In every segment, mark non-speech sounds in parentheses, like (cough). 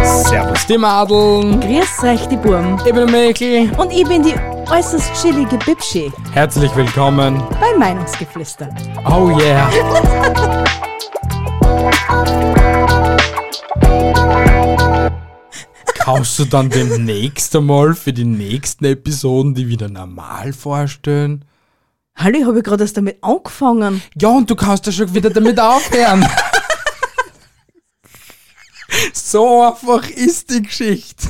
ist die Madeln. Grüß euch, die Burm. Ich bin der Mäkel. Und ich bin die äußerst chillige Bibschi Herzlich willkommen. bei Meinungsgeflüster. Oh yeah. Kaufst du dann demnächst einmal für die nächsten Episoden die wieder normal vorstellen? Hallo, ich habe ja gerade erst damit angefangen. Ja, und du kannst ja schon wieder damit aufhören. so einfach ist die Geschichte.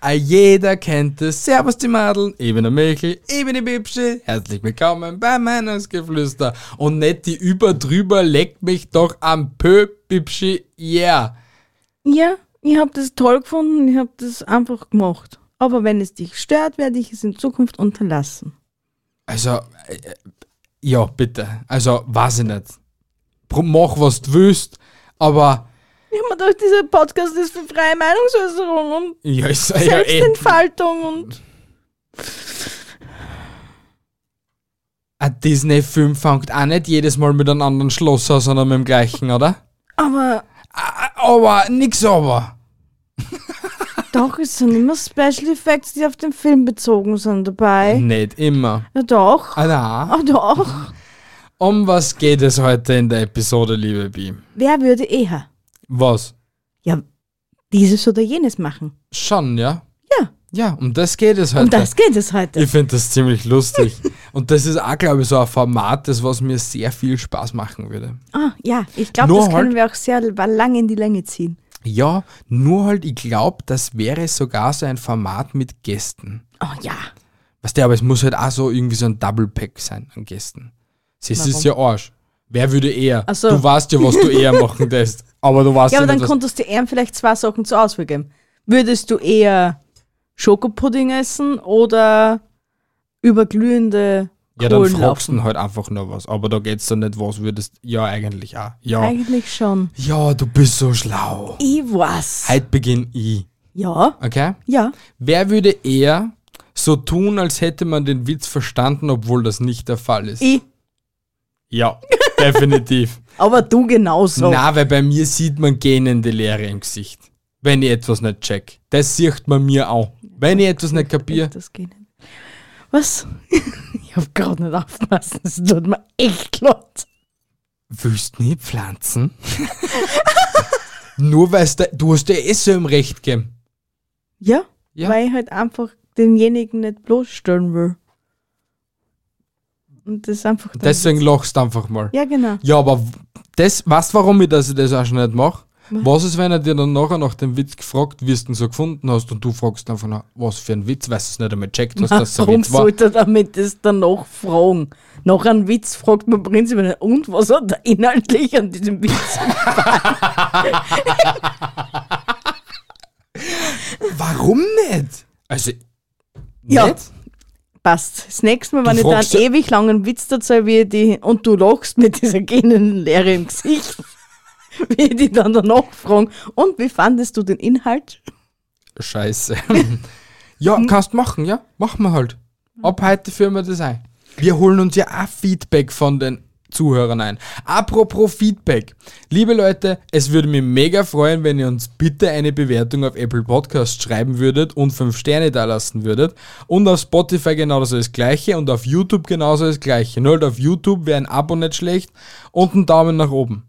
Ah, Jeder kennt es. Servus die Madeln, ich bin der Michel, ich bin die Bibschi. Herzlich willkommen bei Meinungsgeflüster. Und nicht die über drüber leckt mich doch am Pö, Bibschi, yeah. Ja, ich habe das toll gefunden, ich habe das einfach gemacht. Aber wenn es dich stört, werde ich es in Zukunft unterlassen. Also, äh, äh, ja, bitte. Also, weiß ich nicht. Pro- Mach, was du willst, aber... Ich habe mir gedacht, dieser Podcast ist für freie Meinungsäußerung und Ja, ist, ja, eh. Selbstentfaltung und. Ein Disney-Film Ah, fängt auch nicht jedes Mal mit einem anderen Schloss an, sondern mit dem gleichen, oder? Aber Ah, Aber, nix aber. doch, es sind immer Special Effects, die auf den Film bezogen sind dabei. Nicht immer. Ja, doch. Ah, na. Ah, doch. Um was geht es heute in der Episode, liebe Bi? Wer würde eher? Was? Ja, dieses oder jenes machen. Schon, ja? Ja, Ja, um das geht es heute. um das geht es heute. Ich finde das ziemlich (laughs) lustig. Und das ist auch, glaube ich, so ein Format, das was mir sehr viel Spaß machen würde. Ah, ja, ich glaube, Nur das können halt- wir auch sehr l- lang in die Länge ziehen. Ja, nur halt, ich glaube, das wäre sogar so ein Format mit Gästen. Oh ja. Weißt du, aber es muss halt auch so irgendwie so ein Double Pack sein an Gästen. Das Warum? ist ja Arsch. Wer würde eher? Ach so. Du weißt ja, was du eher machen (laughs) darfst. Aber du weißt Ja, ja, aber dann nicht, was konntest du eher vielleicht zwei Sachen zur Auswahl geben. Würdest du eher Schokopudding essen oder überglühende Ja, dann Kohlen fragst laufen? du halt einfach nur was. Aber da geht's dann nicht, was würdest. Ja, eigentlich auch. Ja. Eigentlich schon. Ja, du bist so schlau. Ich weiß. Heute beginn ich. Ja, Okay? ja. Wer würde eher so tun, als hätte man den Witz verstanden, obwohl das nicht der Fall ist? Ich. Ja, (laughs) definitiv. Aber du genauso. Na, weil bei mir sieht man gähnende Leere im Gesicht, wenn ich etwas nicht check. Das sieht man mir auch. Wenn ich etwas nicht kapiere, Das geht nicht. Was? (laughs) ich hab gerade nicht aufgepasst. Das tut mir echt leid. willst du nicht pflanzen? Nur weil du hast dir eh so im Recht gegeben. Ja, Ja. weil ich halt einfach denjenigen nicht bloßstellen will. Und das ist einfach. dann- Deswegen lachst du einfach mal. Ja, Ja, genau. aber w- das, weißt du, warum ich das, das auch schon nicht mache? Was ist, wenn er dir dann nachher nach dem Witz gefragt, wie du ihn so gefunden hast und du fragst einfach, na, was für ein Witz, weißt du es nicht einmal checkt, was das so ein Warum Witz war? sollte er damit das danach fragen? Nach einem Witz fragt man prinzipiell nicht, und was hat er inhaltlich an diesem Witz? (laughs) Warum nicht? Also, Ja. nicht? Passt. Das nächste Mal, wenn Du ich da fragst einen ja- ewig langen Witz dazu wie die und du lachst mit dieser gähnenden Leere im Gesicht, (laughs) wie ich die dann danach fragen, und wie fandest du den Inhalt? (laughs) Scheiße. Hm. ja, kannst machen, ja? Machen wir halt. Ab heute führen wir das ein. Wir holen uns ja auch Feedback von den Zuhörern ein. Apropos Feedback. Liebe Leute, es würde mich mega freuen, wenn ihr uns bitte eine Bewertung auf Apple Podcast schreiben würdet und 5 Sterne da lassen würdet. Und auf Spotify genauso das gleiche und auf YouTube genauso das gleiche. Nur halt auf YouTube wäre ein Abo nicht schlecht und ein Daumen nach oben.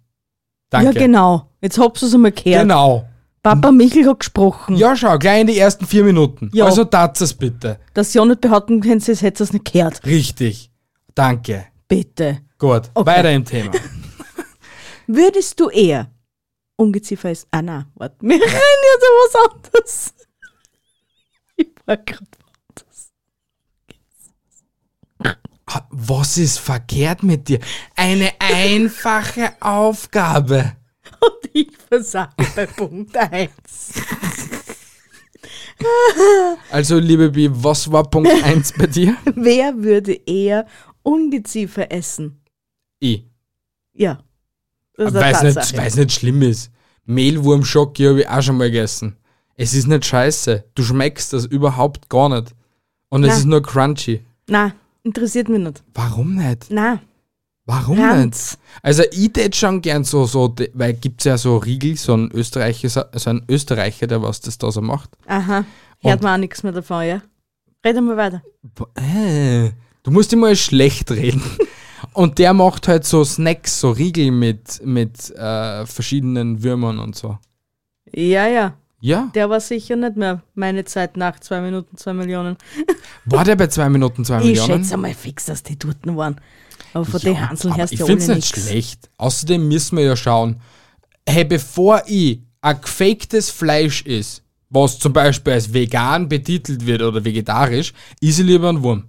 Danke. Ja, genau. Jetzt habst du es einmal gehört. genau. Papa Michel hat gesprochen. Ja, schau, gleich in die ersten vier Minuten. Ja. Also tat es bitte. Dass ja nicht behaupten können, sie hätte es nicht gehört. Richtig. Danke. Bitte. Gut. Okay. Weiter im (laughs) Thema. Würdest du eher Ungeziefer ist. Ah, nein, warte. Wir (laughs) reden jetzt über was anderes. (laughs) Ich war gerade. Ha, Ah, Was ist verkehrt mit dir? Eine einfache Aufgabe. Und ich versage bei Punkt 1. Also, liebe Bi, was war (laughs) Punkt 1 bei dir? Wer würde eher Ungeziefer essen? Ich. Ja. Das ist eine Weil es nicht, Tatsache. weil's nicht schlimm ist. Mehlwurmschocke habe ich auch schon mal gegessen. Es ist nicht scheiße. Du schmeckst das überhaupt gar nicht. Und es Nein. ist nur crunchy. Nein, interessiert mich nicht. Warum nicht? Nein. Warum Franz. nicht? Also ich tät schon gern so, so de- weil gibt's ja so Riegel, so ein Österreicher, so ein Österreicher, der was das da so macht. Aha. Hört man auch nichts mehr davon, ja? Red mal weiter. Bo- äh, Du musst immer schlecht (laughs) reden. Und der macht halt so Snacks, so Riegel mit, mit äh, verschiedenen Würmern und so. Ja, ja. Ja, Der war sicher nicht mehr meine Zeit nach zwei Minuten, zwei Millionen. war der bei zwei Minuten zwei Ich Millionen? schätze mal fix, dass die dort waren. Aber von Ja, den Hanseln aber hörst du Ich ja finde es ohne nicht nichts. schlecht. Außerdem müssen wir ja schauen, hey, bevor ich ein gefaktes Fleisch ist, was zum Beispiel als vegan betitelt wird oder vegetarisch, ist ich lieber ein Wurm.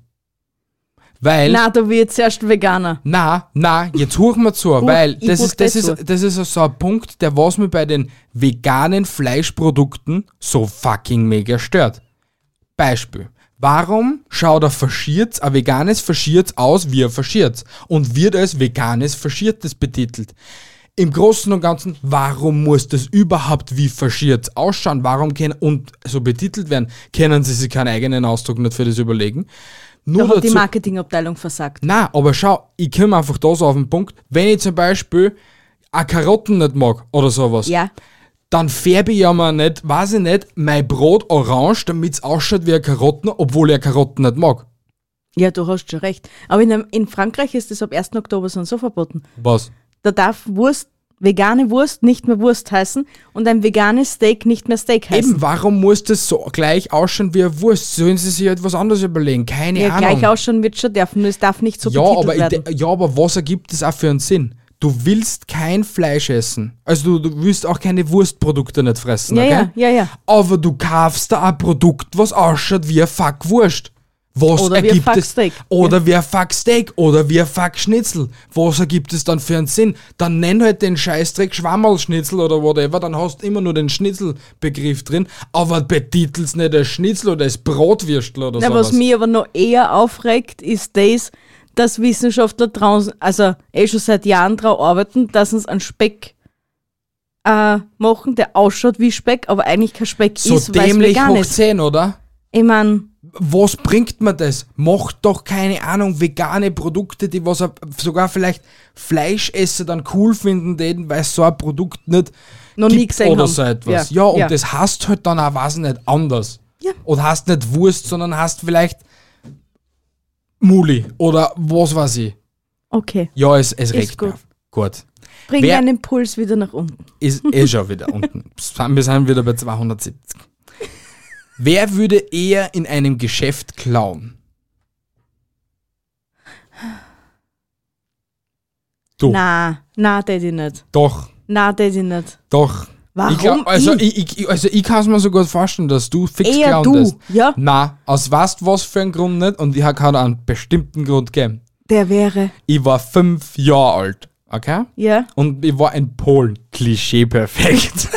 Weil, Na, da wird erst Veganer. na, na, jetzt huchen wir zu, weil ich das huch ist, das, dir ist, zu. das ist so ein Punkt, der was mir bei den veganen Fleischprodukten so fucking mega stört. Beispiel. Warum schaut ein Faschiertz, ein veganes Faschiertz aus wie ein Faschiertz und wird als veganes Faschiertes betitelt? Im Großen und Ganzen, warum muss das überhaupt wie Faschiertz ausschauen? Warum können und so betitelt werden? Können Sie sich keinen eigenen Ausdruck nicht für das überlegen? Nur Da hat die Marketingabteilung versagt. na, aber schau, ich komme einfach da so auf den Punkt. Wenn ich zum Beispiel a Karotten nicht mag oder sowas, Ja. dann färbe ich ja mal nicht, weiß ich nicht, mein Brot orange, damit es ausschaut wie eine Karotten, obwohl ich eine Karotten nicht mag. Ja, du hast schon recht. Aber in, in Frankreich ist das ab 1. Oktober so und so verboten. Was? Da darf Wurst, vegane Wurst nicht mehr Wurst heißen und ein veganes Steak nicht mehr Steak heißen. Eben, warum muss das so gleich ausschauen wie eine Wurst? Sollen sie sich etwas anderes überlegen? Keine ja, Ahnung. gleich ausschauen wird schon dürfen, nur es darf nicht so ja, betitelt aber ich werden. de- ja, aber was ergibt das auch für einen Sinn? Du willst kein Fleisch essen. Also du, du willst auch keine Wurstprodukte nicht fressen, Ja, okay? ja, ja, ja. aber du kaufst da ein Produkt, was ausschaut wie ein Fuckwurst. Was Oder wie ein ergibt es? Fucksteak. Oder wie ein Fucksteak oder wie ein Fuckschnitzel. Was ergibt es dann für einen Sinn? Dann nenn halt den Scheißdreck Schwammerlschnitzel oder whatever, dann hast du immer nur den Schnitzelbegriff drin, aber betitelst nicht als Schnitzel oder als Brotwürstel oder Na, sowas. was mich aber noch eher aufregt, ist das, dass Wissenschaftler draußen, also eh schon seit Jahren daran arbeiten, dass uns einen Speck äh, machen, der ausschaut wie Speck, aber eigentlich kein Speck so ist, weil es dämlich vegan hoch ist. 10, oder? Ich meine, was bringt mir das? Macht doch keine Ahnung, vegane Produkte, die was ab- sogar vielleicht Fleischesser dann cool finden, denen, weil es so ein Produkt nicht Noch nie gibt gesehen oder haben. so etwas. Ja, Ja, und ja. das hast halt dann auch, weiß ich nicht, anders. Ja. Und hast nicht Wurst, sondern hast vielleicht Muli oder was weiß ich. okay, Ja, es, es regt gut. mich auf. Gut. bring Wer- einen Puls wieder nach unten. Ist eh schon wieder (laughs) unten. Psst, Wir sind wieder bei 270. Wer würde eher in einem Geschäft klauen? Du. Na, na, tät ich nicht. Doch, Na, tät ich nicht. doch. Warum Ich glaub, also, ich? ich, ich, ich, also ich kann es mir so gut vorstellen, dass du fix Eher klauen du, wirst. ja? Na, aus weißt was für einen Grund nicht und ich kann einen bestimmten Grund geben. Der wäre, Ich war fünf Jahre alt, okay? ja? Und ich war in Polen. Klischee (laughs) perfekt.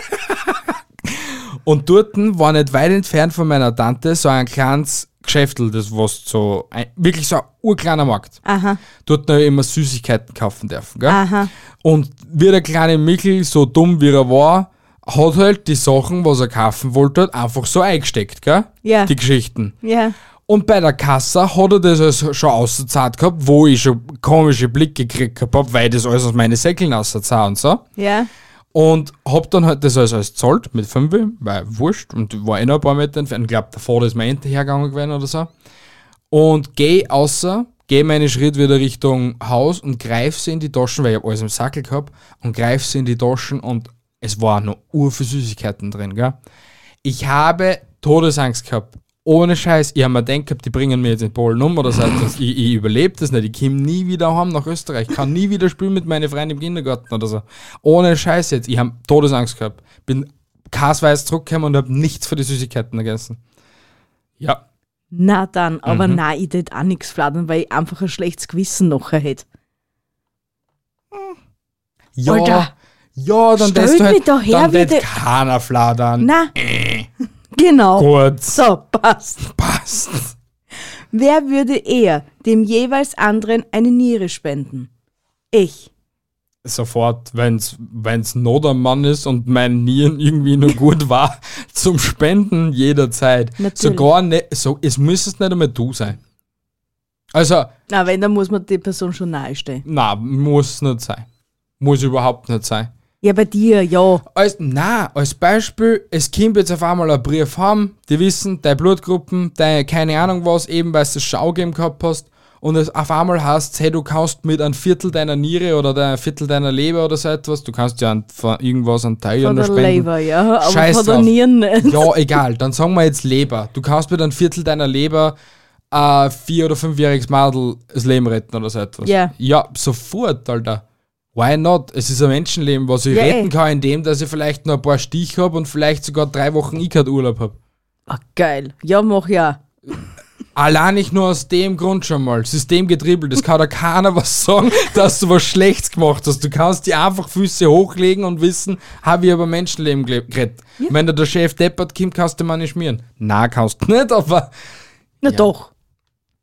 und dort war nicht weit entfernt von meiner Tante so ein kleines Geschäftel, das was so, ein, wirklich so ein urkleiner Markt. Aha, Dort habe ich immer Süßigkeiten kaufen dürfen, gell? aha. Und wie der kleine Mikkel, so dumm wie er war, hat halt die Sachen, was er kaufen wollte, einfach so eingesteckt, gell? Ja. Die Geschichten. Ja, Und bei der Kasse hat er das also schon ausgezahlt gehabt, wo ich schon komische Blicke gekriegt gehabt hab, weil das alles aus meinen Säckeln auszahlt und so. ja. Und hab dann halt das alles als zahlt mit 5, weil wurscht und war eh noch ein paar Meter entfernt. Ich glaube, der Vater ist mir hinterhergegangen gewesen oder so. Und geh außer, geh meinen Schritt wieder Richtung Haus und greif sie in die Taschen, weil ich hab alles im Sackel gehabt, und greif sie in die Taschen und es war noch Uhr für Süßigkeiten drin, gell? Ich habe Todesangst gehabt. Ohne Scheiß. Ich habe mir gedacht gehabt, die bringen mir jetzt in Polen um oder so etwas. Ich, ich überlebe das nicht. Ich komme nie wieder heim nach Österreich. Kann nie wieder spielen mit meinen Freunden im Kindergarten oder so. Ohne Scheiß jetzt. Ich habe Todesangst gehabt. Bin kasweiß zurückgekommen und habe nichts für die Süßigkeiten gegessen. Ja. Na dann, aber Mhm. na, ich tät auch nichts flattern, weil ich einfach ein schlechtes Gewissen nachher hätte. Ja. Alter. Ja, dann lässt Stellt du mich halt, doch her, dann wie lässt die- keiner fladern. Na, (laughs) genau. Gut, So, passt. passt. Wer würde eher dem jeweils anderen eine Niere spenden? Ich. sofort, wenn's wenn's nur der Mann ist und mein Nieren irgendwie nur gut war, (laughs) zum Spenden jederzeit. Natürlich. Sogar ne, so, es müsstest nicht einmal du sein. Also, Na, wenn, dann muss man die Person schon nahestehen. na, muss nicht sein. Muss überhaupt nicht sein. Ja, bei dir, ja. Als, na, als Beispiel, es kommt jetzt auf einmal ein Brief haben, die wissen, deine Blutgruppen, deine, keine Ahnung was, eben weil du das Schau gegeben gehabt hast, und es auf einmal heißt, hey, du kannst mit einem Viertel deiner Niere oder ein Viertel deiner Leber oder so etwas, du kannst ja ein, von irgendwas an Teil Von oder der spenden. Leber, ja. Aber Scheiß von der drauf. Nieren nicht. Ja, egal, dann sagen wir jetzt Leber. Du kannst mit einem Viertel deiner Leber ein vier- oder fünfjähriges Madel das Leben retten oder so etwas. Ja. Ja, sofort, Alter. Why not? Es ist ein Menschenleben, was ich Ja, retten eh. kann, indem dass ich vielleicht nur ein paar Stich habe und vielleicht sogar drei Wochen ICAT Urlaub habe. Ah, geil. Ja, mach ja. Allein nicht nur aus dem Grund schon mal. System getribbelt. Es kann da keiner was (laughs) sagen, dass du was Schlechtes gemacht hast. Du kannst dir einfach Füße hochlegen und wissen, habe ich aber Menschenleben gele- gerettet. Wenn da der Chef deppert kommt, kannst du mal nicht schmieren. Na, kannst du nicht, aber Na doch.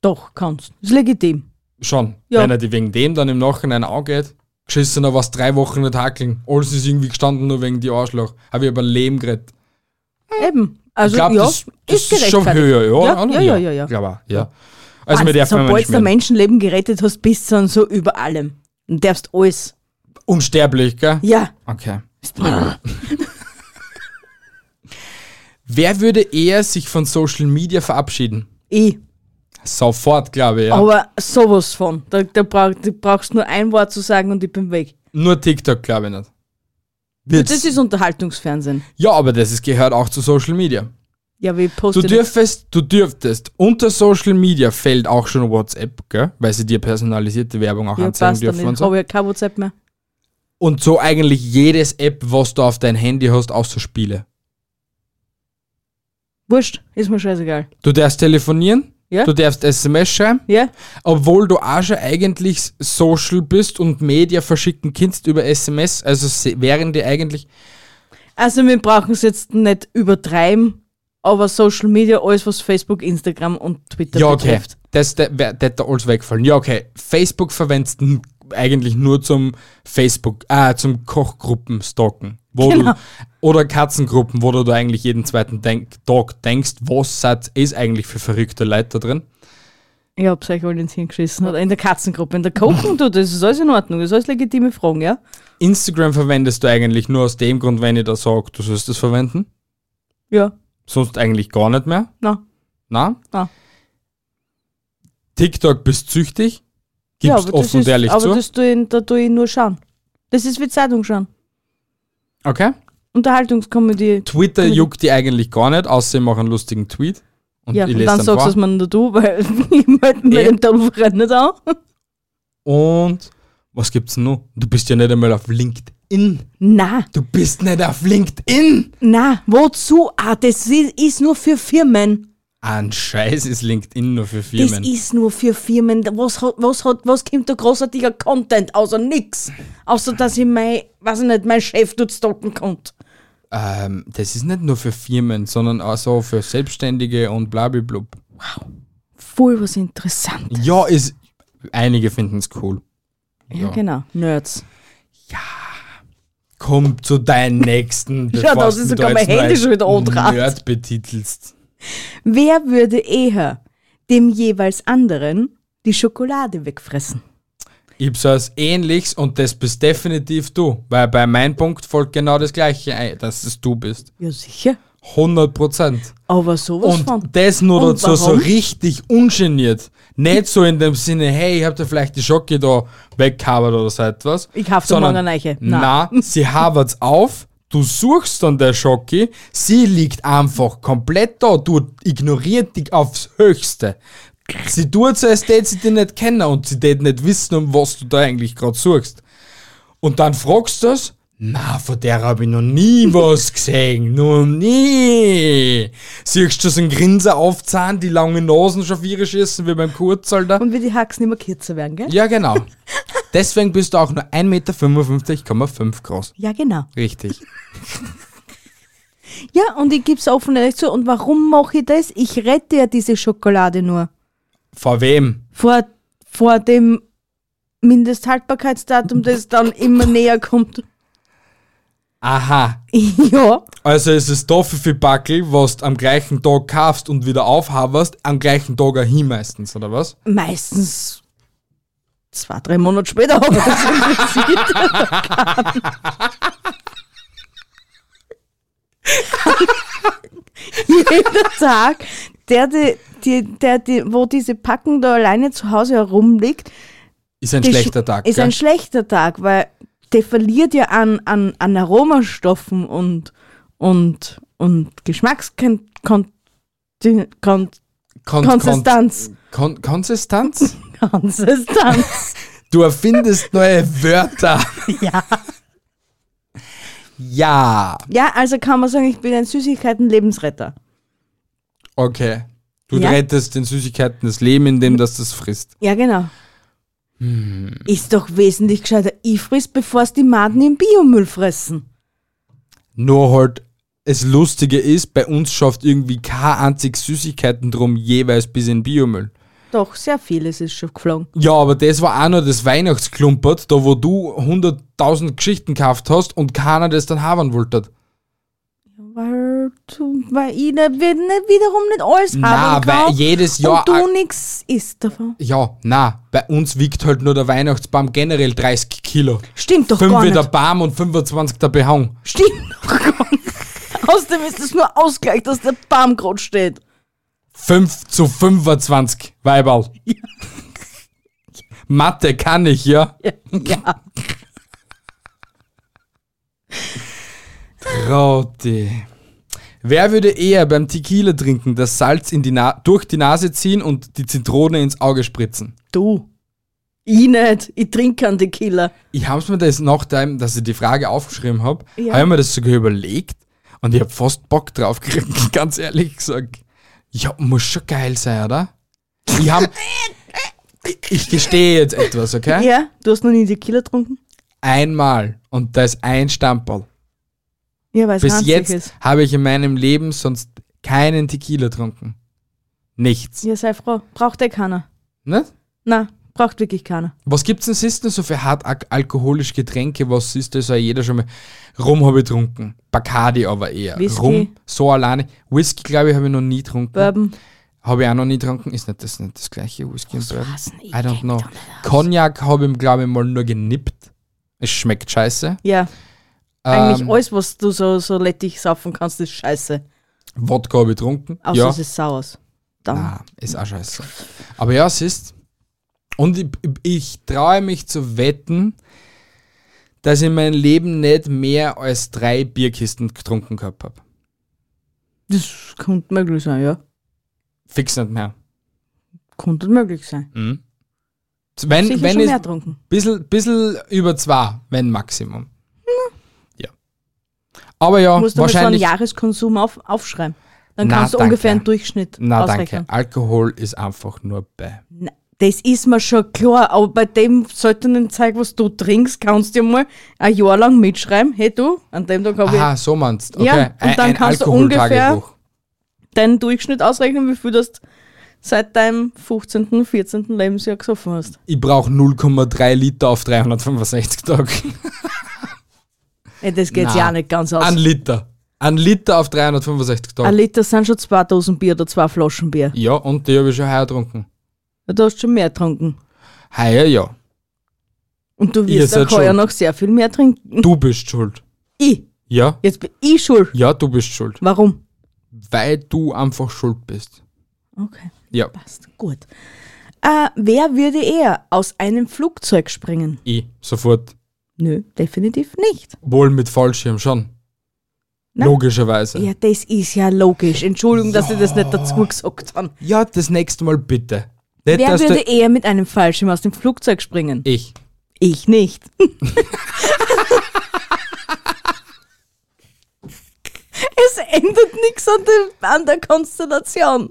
Doch, kannst. Ist legitim. schon. Ja. Wenn er die wegen dem dann im Nachhinein angeht, geschissen, aber was drei Wochen nicht hakeln. Alles ist irgendwie gestanden, nur wegen die Arschloch. Habe ich aber Leben gerettet. Eben. Hm. Ich Also, glaube, ja, das, das ist, schon gerechtfertigt. höher, ja? Ja, ja, ja, ja, ja. Glaub auch, ja. Also, wir Mann, dürfen mal sobald nicht du ein schmieren. Menschenleben gerettet hast, bist du dann so über allem. Und darfst alles. Unsterblich, gell? Ja. Okay. Wer würde eher sich von Social Media verabschieden? Ich. Sofort, glaube ich. Ja. Aber sowas von. Da, da, brauch, du brauchst nur ein Wort zu sagen und ich bin weg. Nur TikTok, glaube ich nicht. Das Wird's. ist Unterhaltungsfernsehen. Ja, aber das ist, gehört auch zu Social Media. Ja, wir Du posten. dürfest, du dürftest, unter Social Media fällt auch schon WhatsApp, gell? Weil sie dir personalisierte Werbung auch ja, anzeigen passt dann dürfen und nicht. so. Habe ja keine WhatsApp mehr. Und so eigentlich jedes App, was du auf dein Handy hast, außer Spiele. Wurscht, ist mir scheißegal. Du darfst telefonieren, Ja. du darfst SMS schreiben, Ja? obwohl du auch schon eigentlich social bist und Media verschicken kannst über SMS, also se- wären die eigentlich, Also wir brauchen es jetzt nicht übertreiben, aber Social Media, alles was Facebook, Instagram und Twitter ja okay, betrifft. das der- wär- das da alles wegfallen. Ja okay, Facebook verwendest du n- eigentlich nur zum Facebook, ah, zum Kochgruppen stalken. Wo Genau. du, oder Katzengruppen, wo du da eigentlich jeden zweiten Denk Tag denkst, was seid- ist eigentlich für verrückte Leute da drin? Ich hab's euch alle ins Hingeschissen. Oder in der Katzengruppe, in der Kochen, du, das ist alles in Ordnung, das ist alles legitime Fragen, ja? Instagram verwendest du eigentlich nur aus dem Grund, wenn ich da sage, du sollst es verwenden. Ja, Sonst eigentlich gar nicht mehr. na. Na? Na. TikTok bist süchtig? ja, Gibst offen und ehrlich aber zu? das tue ich, da tue ich nur schauen. Das ist wie Zeitung schauen. Okay. Unterhaltungskomödie. Twitter juckt die eigentlich gar nicht, außer ich mache einen lustigen Tweet. Und ja, ich und lese dann dann sagst du es vor. mir nicht du, weil (laughs) ich melde mir Eh. den Teufel nicht an. Und was gibt's denn noch? Du bist ja nicht einmal auf LinkedIn. Nein, Du bist nicht auf LinkedIn! nein, wozu? Ah, das ist, ist nur für Firmen. Ah, Ein Scheiß ist LinkedIn nur für Das Firmen. ist nur für Firmen. Was, hat- was, hat, was kommt da großartiger Content? Außer nix. Außer, dass ich mein, weiß ich nicht, mein Chef dort stalken konnte. ähm, das ist nicht nur für Firmen, sondern auch so für Selbstständige und blablabla. Voll was Interessantes. Ja, ist. Einige finden es cool. Ja, genau. Nerds. Komm zu deinem (laughs) nächsten. bevor das du ist mich sogar da mein jetzt Handy als schon wieder angerannt. Nerd betitelst. Wer würde eher dem jeweils anderen die Schokolade wegfressen? Ich hab so was ähnliches und das bist definitiv du, weil bei meinem Punkt folgt genau das gleiche ein, dass es du bist. Ja, sicher. 100 Prozent. Aber sowas Und von. das nur Und dazu so warum? richtig ungeniert. Nicht so in dem Sinne, hey, ich hab da vielleicht die Schocke da weggehabert oder so etwas. Ich kauf da sondern, morgen eine neue. Na, (laughs) Nein. sie habert's auf, du suchst dann der Schocke, sie liegt einfach komplett da, du ignoriert dich aufs Höchste. Sie tut so, als tät sie dich nicht kennen und sie tät nicht wissen, um was du da eigentlich gerade suchst. Und dann fragst du das, na, von der habe ich noch nie was gesehen, noch nie. Siehst du so einen Grinser aufzahn, die langen Nasen schon vier schießen wie beim Kurz, Alter. Und wie die Haxen immer kürzer werden, gell? Ja, genau. Deswegen bist du auch nur 1,55 Meter groß. Ja, genau. Richtig. Ja, und ich gebe es offen und ehrlich zu. Und warum mache ich das? Ich rette ja diese Schokolade nur. Vor wem? vor, vor dem Mindesthaltbarkeitsdatum, das dann immer näher kommt. Aha. (laughs) ja, Also ist es Toffifee-Backel, was du am gleichen Tag kaufst und wieder aufhaberst, am gleichen Tag auch hin meistens, oder was? meistens zwei, drei Monate später habe ich es interessiert. Jeder Tag, der, die, die, der die, wo diese Packung da alleine zu Hause herumliegt, Ist ein die schlechter sch- Tag. Ist gell? ein schlechter Tag, weil der verliert ja an, an, an Aromastoffen und, und, und Geschmackskonsistenz. Kon- kon- Konsistenz. Kon Konsistenz? Konsistenz. Du erfindest neue Wörter. (laughs) ja. Ja. Ja, also kann man sagen, ich bin ein Süßigkeiten-Lebensretter. Okay. Du Ja. rettest den Süßigkeiten das Leben, indem dass das frisst. Ja, genau. Ist doch wesentlich gescheiter. Ich friss, bevor es die Maden im Biomüll fressen. Nur halt, das Lustige ist, bei uns schafft irgendwie kein einzig Süßigkeiten drum jeweils bis in Biomüll. Doch, sehr vieles ist schon geflogen. Ja, aber das war auch noch das Weihnachtsklumpert, da wo du 100.000 Geschichten gekauft hast und keiner das dann haben wollte. Weil, du- weil ich nicht, wir nicht, wiederum nicht alles Na, haben weil kann jedes Jahr. und du nix isst davon. ja, na, bei uns wiegt halt nur der Weihnachtsbaum generell 30 Kilo. Stimmt doch Fünf gar der nicht. Baum und 25 der Behang. Stimmt doch gar nicht. (laughs) Außerdem ist es nur Ausgleich, dass der Baum gerade steht. 5 zu 25, (laughs) Weiberl. Mathe kann ich, ja? Ja. Rote. Wer würde eher beim Tequila trinken das Salz in die Na durch die Nase ziehen und die Zitrone ins Auge spritzen? Du. Ich nicht. Ich trinke keinen Tequila. Ich hab's mir das nachdem, dass ich die Frage aufgeschrieben hab, Ja. hab ich mir das sogar überlegt und ich hab fast Bock drauf gekriegt, (laughs) ganz ehrlich gesagt. Ja, muss schon geil sein, oder? Ich (laughs) hab. ich gestehe jetzt etwas, okay? Ja? Du hast noch nie Tequila getrunken? Einmal und da ist ein Stamperl. Ja, weil es Bis ranzig jetzt ist. habe ich in meinem Leben sonst keinen Tequila getrunken. Nichts. Ja, sei froh. Braucht eh keiner. Ne? Na, braucht wirklich keiner. Was gibt's denn sonst noch so für hart al- alkoholische Getränke? Was ist das? Auch jeder schon mal. Rum habe ich getrunken. Bacardi aber eher. Whisky. Rum, so alleine. Whisky, glaube ich, habe ich noch nie getrunken. Bourbon. Habe ich auch noch nie getrunken. Ist nicht das, nicht das gleiche Whisky und Bourbon? Was? I don't know. Cognac habe ich, glaube ich, mal nur genippt. Es schmeckt scheiße. Ja, eigentlich Ähm, alles, was du so, so lettig saufen kannst, ist scheiße. Wodka habe ich getrunken. Außer ja. es ist sauer. Dann. Ah, ist auch scheiße. Aber ja, siehst Und ich, ich traue mich zu wetten, dass ich mein Leben nicht mehr als drei Bierkisten getrunken gehabt habe. Das könnte möglich sein, ja. Fix nicht mehr. Könnte möglich sein. Mhm. Wenn, Sicher wenn schon ich mehr trunken. bissl bissl über zwei, wenn Maximum. Ja. Aber ja, musst du mal so einen Oh, wahrscheinlich. Jahreskonsum auf, aufschreiben. Dann Na, kannst du danke. ungefähr einen Durchschnitt Na danke. ausrechnen. Alkohol ist einfach nur bei. Na, das ist mir schon klar, aber bei dem seltenen Zeug, was du trinkst, kannst du dir mal ein Jahr lang mitschreiben. Hey du, an dem Tag habe Aha, so meinst Okay. Ja, und ein- dann ein kannst du Alkoholtagebuch. ich deinen Durchschnitt ausrechnen, wie viel du seit deinem 15., 14. Lebensjahr gesoffen hast. Ich brauche 0,3 Liter auf 365 Tage. Ey, das geht Na, ja auch nicht ganz aus. Ein Ein, Liter. Ein Liter auf 365 Tage. Liter sind schon zwei Dosen Bier oder zwei Flaschen Bier. ja, und die habe ich schon heuer getrunken. Du hast schon mehr getrunken. Heuer ja. Und du Ihr wirst seid auch heuer schuld. noch sehr viel mehr trinken. Du bist schuld. Ich. Ja? Jetzt bin ich schuld. Ja, du bist schuld. Warum? Weil du einfach schuld bist. Okay. Ja. Passt, gut. Äh, wer würde eher aus einem Flugzeug springen? Ich. Sofort. Nö, definitiv nicht. Wohl mit Fallschirm schon. Nein. Logischerweise. Ja, das ist ja logisch. Entschuldigung, dass ich das nicht dazu gesagt habe. Ja, das nächste Mal bitte. Nicht, Wer dass du- würde eher mit einem Fallschirm aus dem Flugzeug springen? ich. Ich nicht. (laughs) es ändert nichts an, dem- an der Konstellation.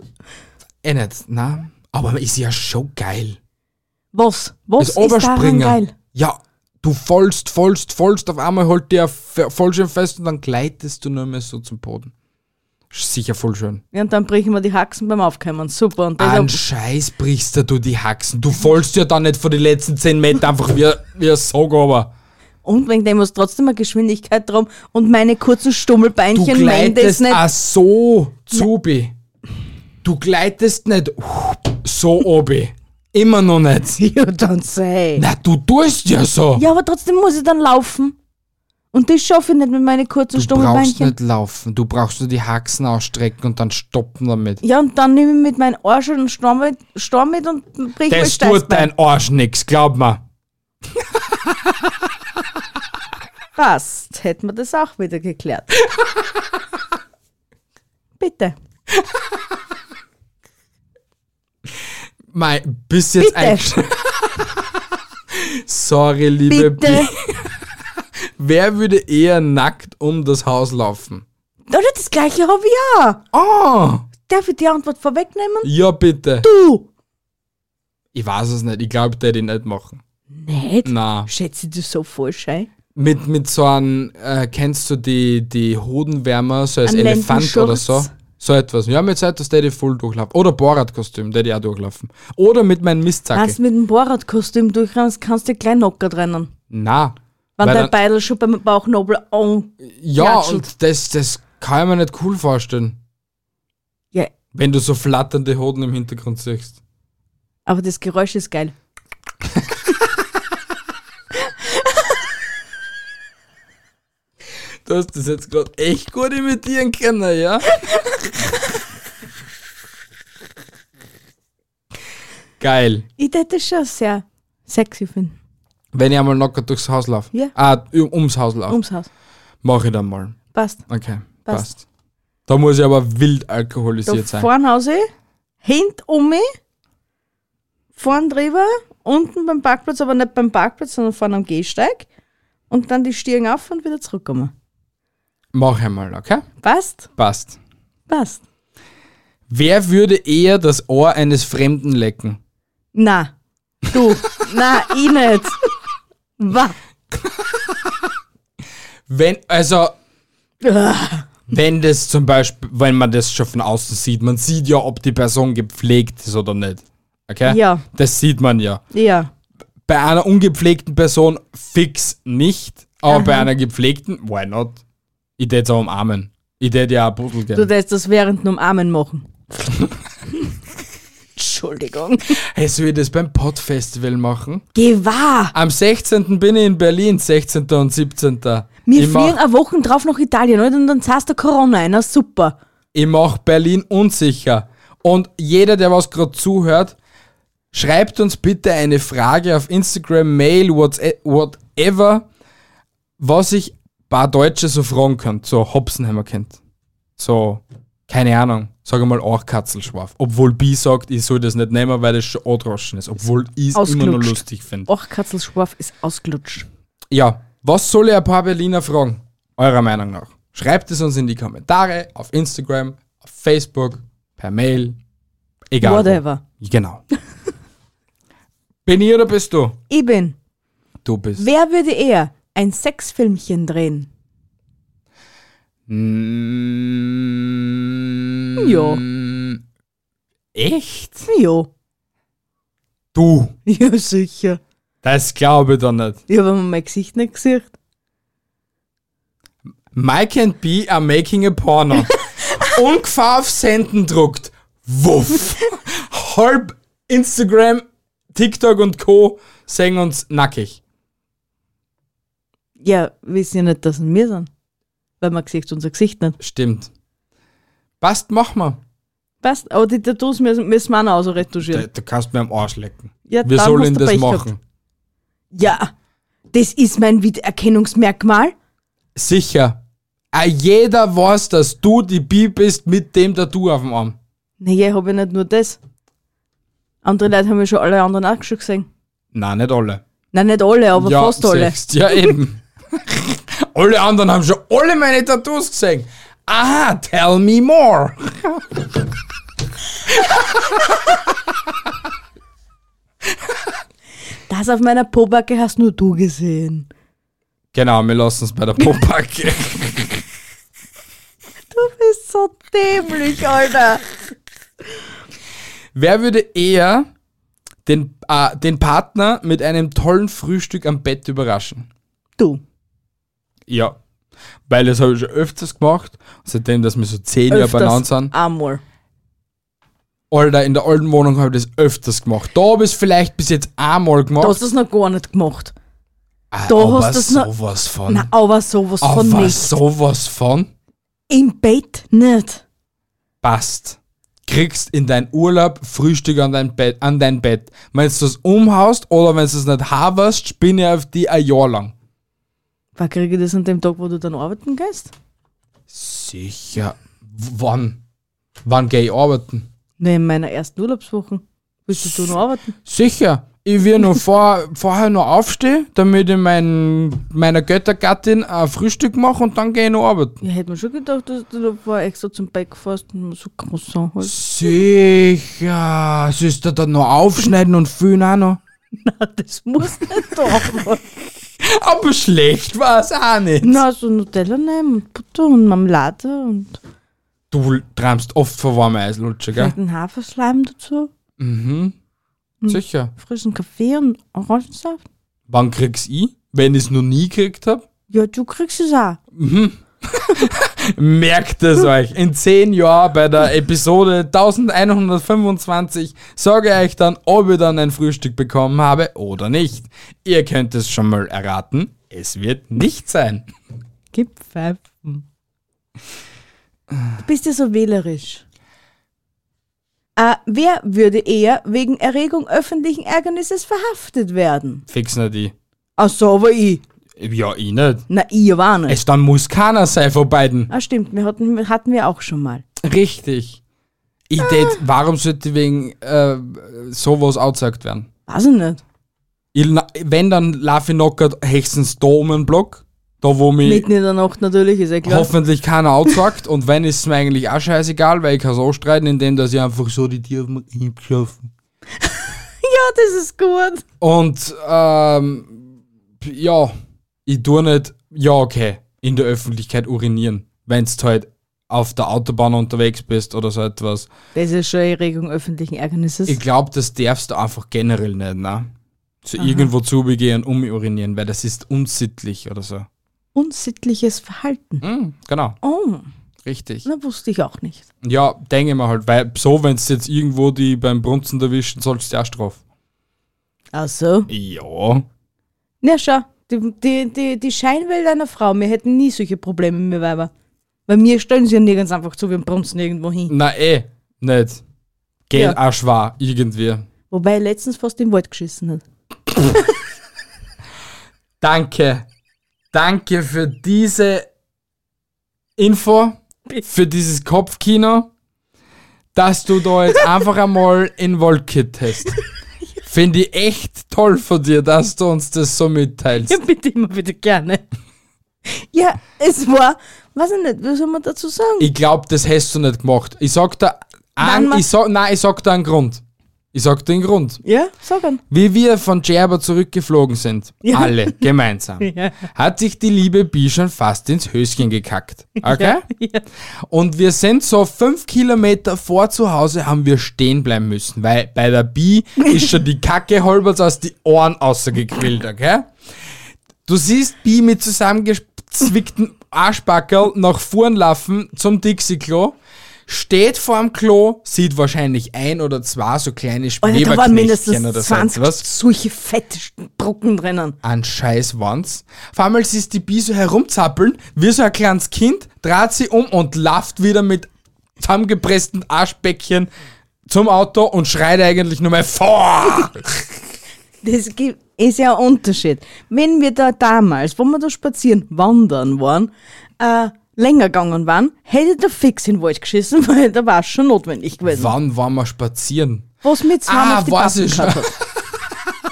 Eh nicht. Nein. Aber ist ja schon geil. Was? Was Das ist daran Oberspringen. geil? Ja, du fallst, fallst, fallst, auf einmal holt dir ein F- Fallschirm fest und dann gleitest du nur mehr so zum Boden. Sicher voll schön. Ja, und dann brechen wir die Haxen beim Aufkommen. Super. Und also, An deshalb Scheiß brichst du die Haxen. Du fallst ja dann nicht vor die letzten 10 Meter einfach wie, wie ein Saugober. Und wegen dem muss trotzdem eine Geschwindigkeit drum und meine kurzen Du Stummelbeinchen meinen das gleitest nicht. (laughs) auch so zubi. Du gleitest nicht so obi. Immer noch (laughs) nicht. You don't say. Na, du tust ja so. Ja, aber trotzdem muss ich dann laufen. Und das schaffe ich nicht mit meinen kurzen du brauchst Stummelbeinchen. nicht laufen. Du brauchst nur die Haxen ausstrecken und dann stoppen damit. Ja, und dann nehme ich mit meinen Arsch und Sturm mit, Sturm mit und brich mir Das tut Steißbein. dein Arsch nix, glaub mir. Passt. Hätten wir das auch wieder geklärt. Bitte. Mei, bist jetzt Bitte. eingesch- (laughs) Sorry, liebe Bitte. Bi- Wer würde eher nackt um das Haus laufen? Oder das gleiche habe ich ja. Oh! Darf ich die Antwort vorwegnehmen? Ja, bitte. Du. Ich weiß es nicht. Ich glaube, der die nicht machen. Nicht? Na, Schätze ich das so falsch ein? mit mit so einem äh, kennst du die die Hodenwärmer so als Ein Elefant oder so? Lendenschurz. So etwas. Ja, mit so etwas, der die voll durchlaufen. Oder Borat-Kostüm, der die auch durchlaufen. Oder mit meinem Mistzacke. Als du mit dem Borat-Kostüm durchrennst, kannst du dir gleich nockert rennen. Na. Weil Wenn dein dann- Beidel schon beim Bauchnobel an. Ja, Klatschelt. und das, das kann ich mir nicht cool vorstellen, Ja, wenn du so flatternde Hoden im Hintergrund siehst. aber das Geräusch ist geil. Du hast das jetzt gerade echt gut imitieren können, (laughs) ja? Geil. Ich hätte das schon sehr sexy finden. Wenn ich einmal locker durchs Haus laufe. Ja. Ah, um- ums Haus laufe. Ums Haus. Mach ich dann mal. Passt. Okay, passt. Passt. Da muss ich aber wild Da alkoholisiert sein. vorn raus, hint um mich, vorn drüber, unten beim Parkplatz, aber nicht beim Parkplatz, sondern vorne am Gehsteig. Und dann die Stirn auf und wieder zurückkommen. Mach ich mal, okay? Passt? Passt. Passt. Wer würde eher das Ohr eines Fremden lecken? Na, (laughs) du, na, ich nicht. Wa. Wenn, (laughs) also, Ah, Wenn das zum Beispiel, wenn man das schon von außen sieht, man sieht ja, ob die Person gepflegt ist oder nicht. Okay? Ja. Das sieht man ja. Ja, Bei einer ungepflegten Person fix nicht, aber bei einer gepflegten, why not? Ich tät auch umarmen. Ich tät ja auch Pudel du geben. darfst das während dem (laughs) Armen machen. Entschuldigung. Hey, soll ich das beim Podfestival machen? Geh wahr! Am 16. bin ich in Berlin, 16. und 17. Wir ich fliegen mach, eine Woche drauf nach Italien, oder? Und dann zahlst du Corona ein. Na super. ich mach Berlin unsicher. Und jeder, der was gerade zuhört, Schreibt uns bitte eine Frage auf Instagram, Mail, WhatsApp, whatever, was ich paar Deutsche so fragen könnt, so Hopsenheimer kennt. So, keine Ahnung, sag mal auch Katzelschwarf. Obwohl B sagt, ich soll das nicht nehmen, weil das schon androschen ist. Obwohl ich es immer noch Ausgelutscht. lustig finde. Och, Katzelschwarf ist ausgelutscht. Ja, was soll ich ein paar Berliner fragen? Eurer Meinung nach. Schreibt es uns in die Kommentare, auf Instagram, auf Facebook, per Mail, egal. wo. Whatever. (laughs) Genau. bin ich oder bist du? Ich bin. Du bist. Wer würde eher ein Sexfilmchen drehen? Mm, Ja. Echt? Jo. Du. (laughs) Ja, sicher. Das glaube ich doch nicht. Ich habe mein Gesicht nicht gesehen. Mike and B are making a (laughs) porno. Ungefähr auf Senden druckt. Wuff. Halb Instagram, TikTok und Co. sehen uns nackig. Ja, wissen ja nicht, dass es wir sind. Weil man sieht unser Gesicht nicht. Stimmt. Passt, mach mal. Passt, aber die Tattoos müssen müssen wir auch noch Du, ausretuschieren. du kannst mir am Arsch lecken. Ja, Wir dann sollen hast du das Pech machen. gehabt. Ja, das ist mein Wiedererkennungsmerkmal. Sicher. Ah, jeder weiß, dass du die Bi bist mit dem Tattoo auf dem Arm. Naja, ich habe ja nicht nur das. Andere Leute haben ja schon alle anderen auch schon gesehen. Nein, nicht alle. Nein, nicht alle, aber ja, fast alle. siehst, Ja, (laughs) eben. alle anderen haben schon alle meine Tattoos gesehen. Aha, tell me more. Das auf meiner Pobacke hast nur du gesehen. Genau, wir lassen es bei der (laughs) Popacke. Du bist so dämlich, Alter. Wer würde eher den, äh, den Partner mit einem tollen Frühstück am Bett überraschen? du. Ja. Weil das habe ich schon öfters gemacht, seitdem, dass wir so zehn Jahre beieinander sind. Einmal. Alter, in der alten Wohnung habe ich das öfters gemacht. Da habe ich es vielleicht bis jetzt einmal Da gemacht. hast du es noch gar nicht gemacht. Ah, da aber hast du's noch- sowas von. Na, aber sowas aber von nicht. sowas von Im Bett nicht. passt. Kriegst in dein Urlaub Frühstück an dein Bett. An dein Bett. Wenn du das umhaust oder wenn du es nicht haberst, spinne ich auf die ein Jahr lang. War kriege ich das an dem Tag, wo du dann arbeiten gehst? Sicher. W- Wann? Wann gehe ich arbeiten? Ne, in meiner ersten Urlaubswoche. Willst du noch arbeiten? Sicher. Ich will noch (laughs) vor, vorher noch aufstehen, damit ich mein, meiner Göttergattin ein Frühstück mache und dann gehe ich noch arbeiten. Ja, hätte man schon gedacht, dass du da vorher extra zum Bäck fährst und so Croissant holst. Sicher. Sollst du dann noch aufschneiden und füllen auch noch? Na, das muss (laughs) nicht da machen. Aber schlecht war es auch nicht. Na, so Nutella nehmen und Butter und Marmelade und Du träumst oft vor warmer Eislutsche, gell? vielleicht einen Haferschleim dazu, Mhm. Sicher. frischen Kaffee und Orangensaft. Wann krieg's ich? Wenn ich's noch nie gekriegt hab? Ja, du kriegst es auch. Merkt es euch. In zehn Jahren bei der Episode 1125 sage ich euch dann, ob ich dann ein Frühstück bekommen habe oder nicht. Ihr könnt es schon mal erraten. Es wird nicht sein. Gib Pfeifen. Du bist ja so wählerisch. Äh, wer würde eher wegen Erregung öffentlichen Ärgernisses verhaftet werden? Fix nicht ich. Ach so, aber ich. Ja, ich nicht. Na, ich war nicht. Es dann muss keiner sein von beiden. ah, stimmt, wir hatten, hatten wir auch schon mal. Richtig. Ich tät, warum sollte ich wegen äh, sowas outsagt werden? Weiß ich nicht. Ich, la- wenn, dann laufe ich knockert höchstens da um den Block. Da, wo mich Mitten in der Nacht natürlich, ist ja klar. hoffentlich keiner aussagt. und wenn, ist es mir eigentlich auch scheißegal, weil ich kann es ausstreiten, indem dass ich einfach so die Tiere auf dem Rieb schlafen. ja, Ah, das ist gut. Und, ähm, ja, ich tue nicht, ja, okay, in der Öffentlichkeit urinieren, wenn du halt auf der Autobahn unterwegs bist oder so etwas. Das ist schon Erregung öffentlichen Ärgernisses. Ich glaube, das darfst du einfach generell nicht, ne? So irgendwo zubegehen, umurinieren, weil das ist unsittlich oder so. Unsittliches Verhalten. Mhm, genau, Oh, richtig. na wusste ich auch nicht. Ja, denke ich mir halt, weil so, wenn du jetzt irgendwo die beim Brunzen erwischen, sollst du ja strafen. Ach so. Ja. Na schau, die, die, die, die Scheinwelt einer Frau, wir hätten nie solche Probleme mit Weiber. Weil mir stellen sie ja nirgends einfach zu, wir brunzen irgendwo hin. Na eh, nicht. Geht Ja. auch schwer, irgendwie. Wobei er letztens fast in den Wald geschissen hat. Danke. Danke für diese Info, Bitte. für dieses Kopfkino, dass du da (laughs) jetzt einfach einmal in Wolkit hast. Finde ich echt toll von dir, dass du uns das so mitteilst. (laughs) Ja, bitte immer wieder gerne. Ja, es war, weiß ich nicht, was soll man dazu sagen? Ich glaube, das hast du nicht gemacht. Ich sag da Wann an, ma- ich sag, nein, ich sag da einen Grund. Ich sag den Grund. ja, sagen. Wie wir von Gerber zurückgeflogen sind, Ja. alle gemeinsam, (laughs) Ja. hat sich die liebe Bi schon fast ins Höschen gekackt. Okay? (laughs) Ja. Und wir sind so fünf Kilometer vor zu Hause, haben wir stehen bleiben müssen, weil bei der (laughs) Bi ist schon die Kacke halbwegs aus die Ohren ausgequillt, okay? Du siehst Bi mit zusammengezwickten Arschbackel nach vorn laufen zum Dixie-Klo, steht vorm Klo, sieht wahrscheinlich ein oder zwei so kleine Alter, da waren Schneebaknechtchen oder mindestens so 20 etwas solche fette Brocken drinnen. an Scheißwands. Auf einmal siehst die Bi so herumzappeln, wie so ein kleines Kind, dreht sie um und lauft wieder mit zusammengepressten Arschbäckchen zum Auto und schreit eigentlich nur mal (laughs) vor. Das gi- ist ja ein Unterschied. Wenn wir da damals, wo wir da spazieren, wandern waren, äh, länger gegangen waren, hätte der fix in den Wald geschissen, (laughs) weil da war es schon notwendig gewesen. Wann waren wir spazieren? Was mit zwei Ah, auf die weiß Pappen ich schon. gehabt hat.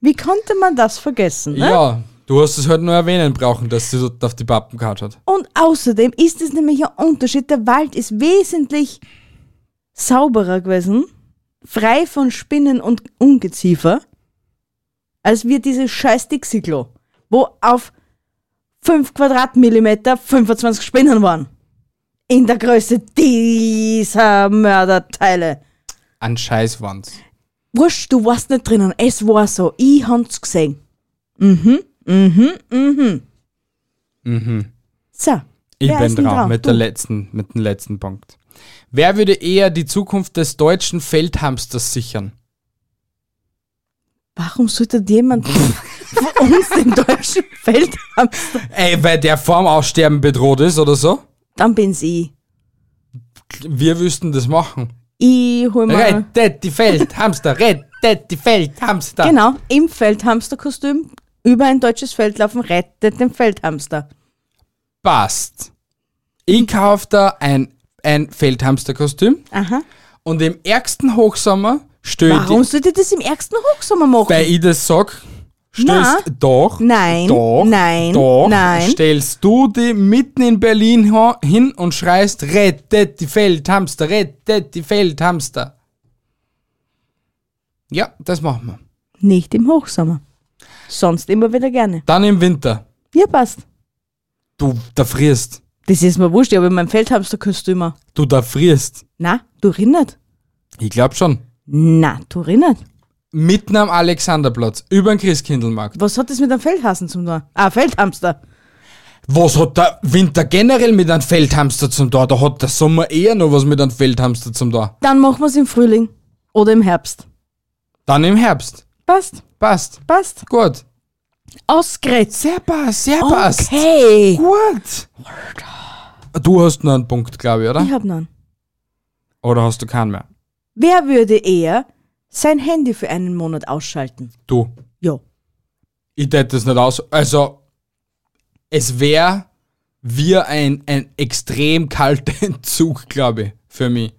Wie konnte man (laughs) das vergessen? Ne? Ja, du hast es heute nur erwähnen brauchen, dass sie dort auf die Pappen gehabt hat. Und außerdem ist es nämlich ein Unterschied. Der Wald ist wesentlich sauberer gewesen, frei von Spinnen und Ungeziefer, als wir dieses scheiß Dixie-Klo, wo auf 5 Quadratmillimeter 25 Spinnen waren. In der Größe dieser Mörderteile. An Scheißwands. Wurscht, du warst nicht drinnen. Es war so. Ich hab's gesehen. Mhm, mhm. Mhm. So. Ich Wer bin ist denn dran, dran? Mit, Du. der letzten, mit dem letzten Punkt. Wer würde eher die Zukunft des deutschen Feldhamsters sichern? Warum sollte jemand von uns den deutschen Feld haben? Ey, weil der vorm Aussterben bedroht ist oder so? Dann bin's ich. Wir wüssten das machen. Ich hol mal. Rettet die Feldhamster, rettet die Feldhamster. Genau, im Feldhamsterkostüm über ein deutsches Feld laufen, rettet den Feldhamster. Passt. Ich kaufe da ein, ein Feldhamsterkostüm Aha. und im ärgsten Hochsommer stößt Warum sollte ich das im ärgsten Hochsommer machen? Weil ich das sag, stellst Na. doch, Nein, doch, nein, doch, nein. stellst du die mitten in Berlin ho- hin und schreist, rettet die Feldhamster, rettet die Feldhamster. Ja, das machen wir. Nicht im Hochsommer. Sonst immer wieder gerne. Dann im Winter. Ja, passt. Du, da frierst. Das ist mir wurscht, ich habe mein Feldhamsterkostüm. an. Du, da frierst. Na, du rinnert? Ich glaub schon. Na, du rinnert. Mitten am Alexanderplatz, über den Christkindlmarkt. Was hat das mit einem Feldhasen zum tun? Ah, Feldhamster. Was hat der Winter generell mit einem Feldhamster zum Da? Da hat der Sommer eher noch was mit einem Feldhamster zum Da. Dann machen wir es im Frühling oder im Herbst. Dann im Herbst. Passt, Passt. passt. Gut. Ausgerätzt. Sehr passt, sehr passt. Okay. Gut. Du hast nur einen Punkt, glaube ich, oder? Ich hab noch einen. Oder hast du keinen mehr? Wer würde eher sein Handy für einen Monat ausschalten? Du. Ja. Ich tät das nicht aus. Also, es wäre wir ein, ein extrem kalter (laughs) Entzug, glaube ich, für mich.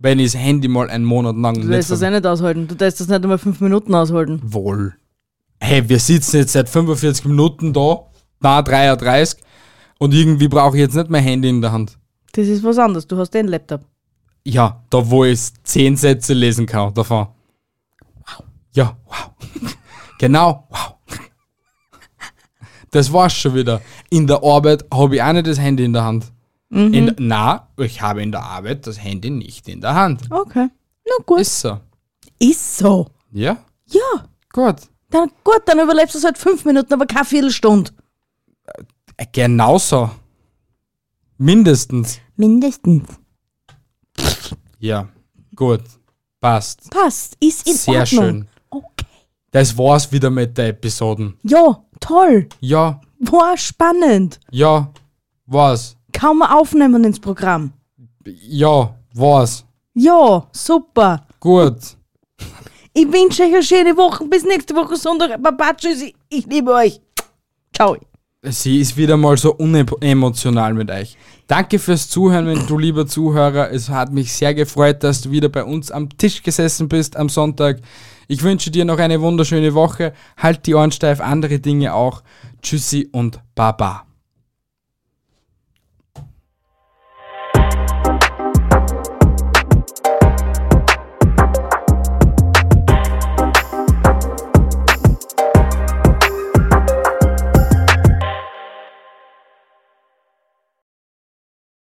Wenn ich das Handy mal einen Monat lang Du darfst das verwende. eh nicht aushalten. Du darfst das nicht einmal fünf Minuten aushalten. Wohl. Hey, wir sitzen jetzt seit 45 Minuten da, na 33 und irgendwie brauche ich jetzt nicht mein Handy in der Hand. Das ist was anderes. Du hast den Laptop. Ja, da wo ich zehn Sätze lesen kann davon. Wow. Ja, wow. (laughs) genau, wow. Das war's schon wieder. In der Arbeit habe ich auch nicht das Handy in der Hand. In der, na, ich habe in der Arbeit das Handy nicht in der Hand. Okay. Na gut. Ist, Ist so. so. Ja, Ja. gut. Dann, gut, dann überlebst du es halt fünf Minuten, aber keine Viertelstunde. Äh, Genauso. Mindestens. Mindestens. Ja, gut. Passt. Passt. Ist in Sehr Ordnung. schön. Okay. Das war's wieder mit der Episoden. Ja, toll. Ja, War spannend. ja, war's. Kaum mal aufnehmen ins Programm. Ja, war's. Ja, super. Gut. Ich wünsche euch eine schöne Woche. Bis nächste Woche Sonntag. Baba, tschüssi. Ich liebe euch. Ciao. Sie ist wieder mal so unemotional mit euch. Danke fürs Zuhören, wenn du lieber Zuhörer. Es hat mich sehr gefreut, dass du wieder bei uns am Tisch gesessen bist am Sonntag. Ich wünsche dir noch eine wunderschöne Woche. Halt die Ohren steif, andere Dinge auch. Tschüssi und Baba.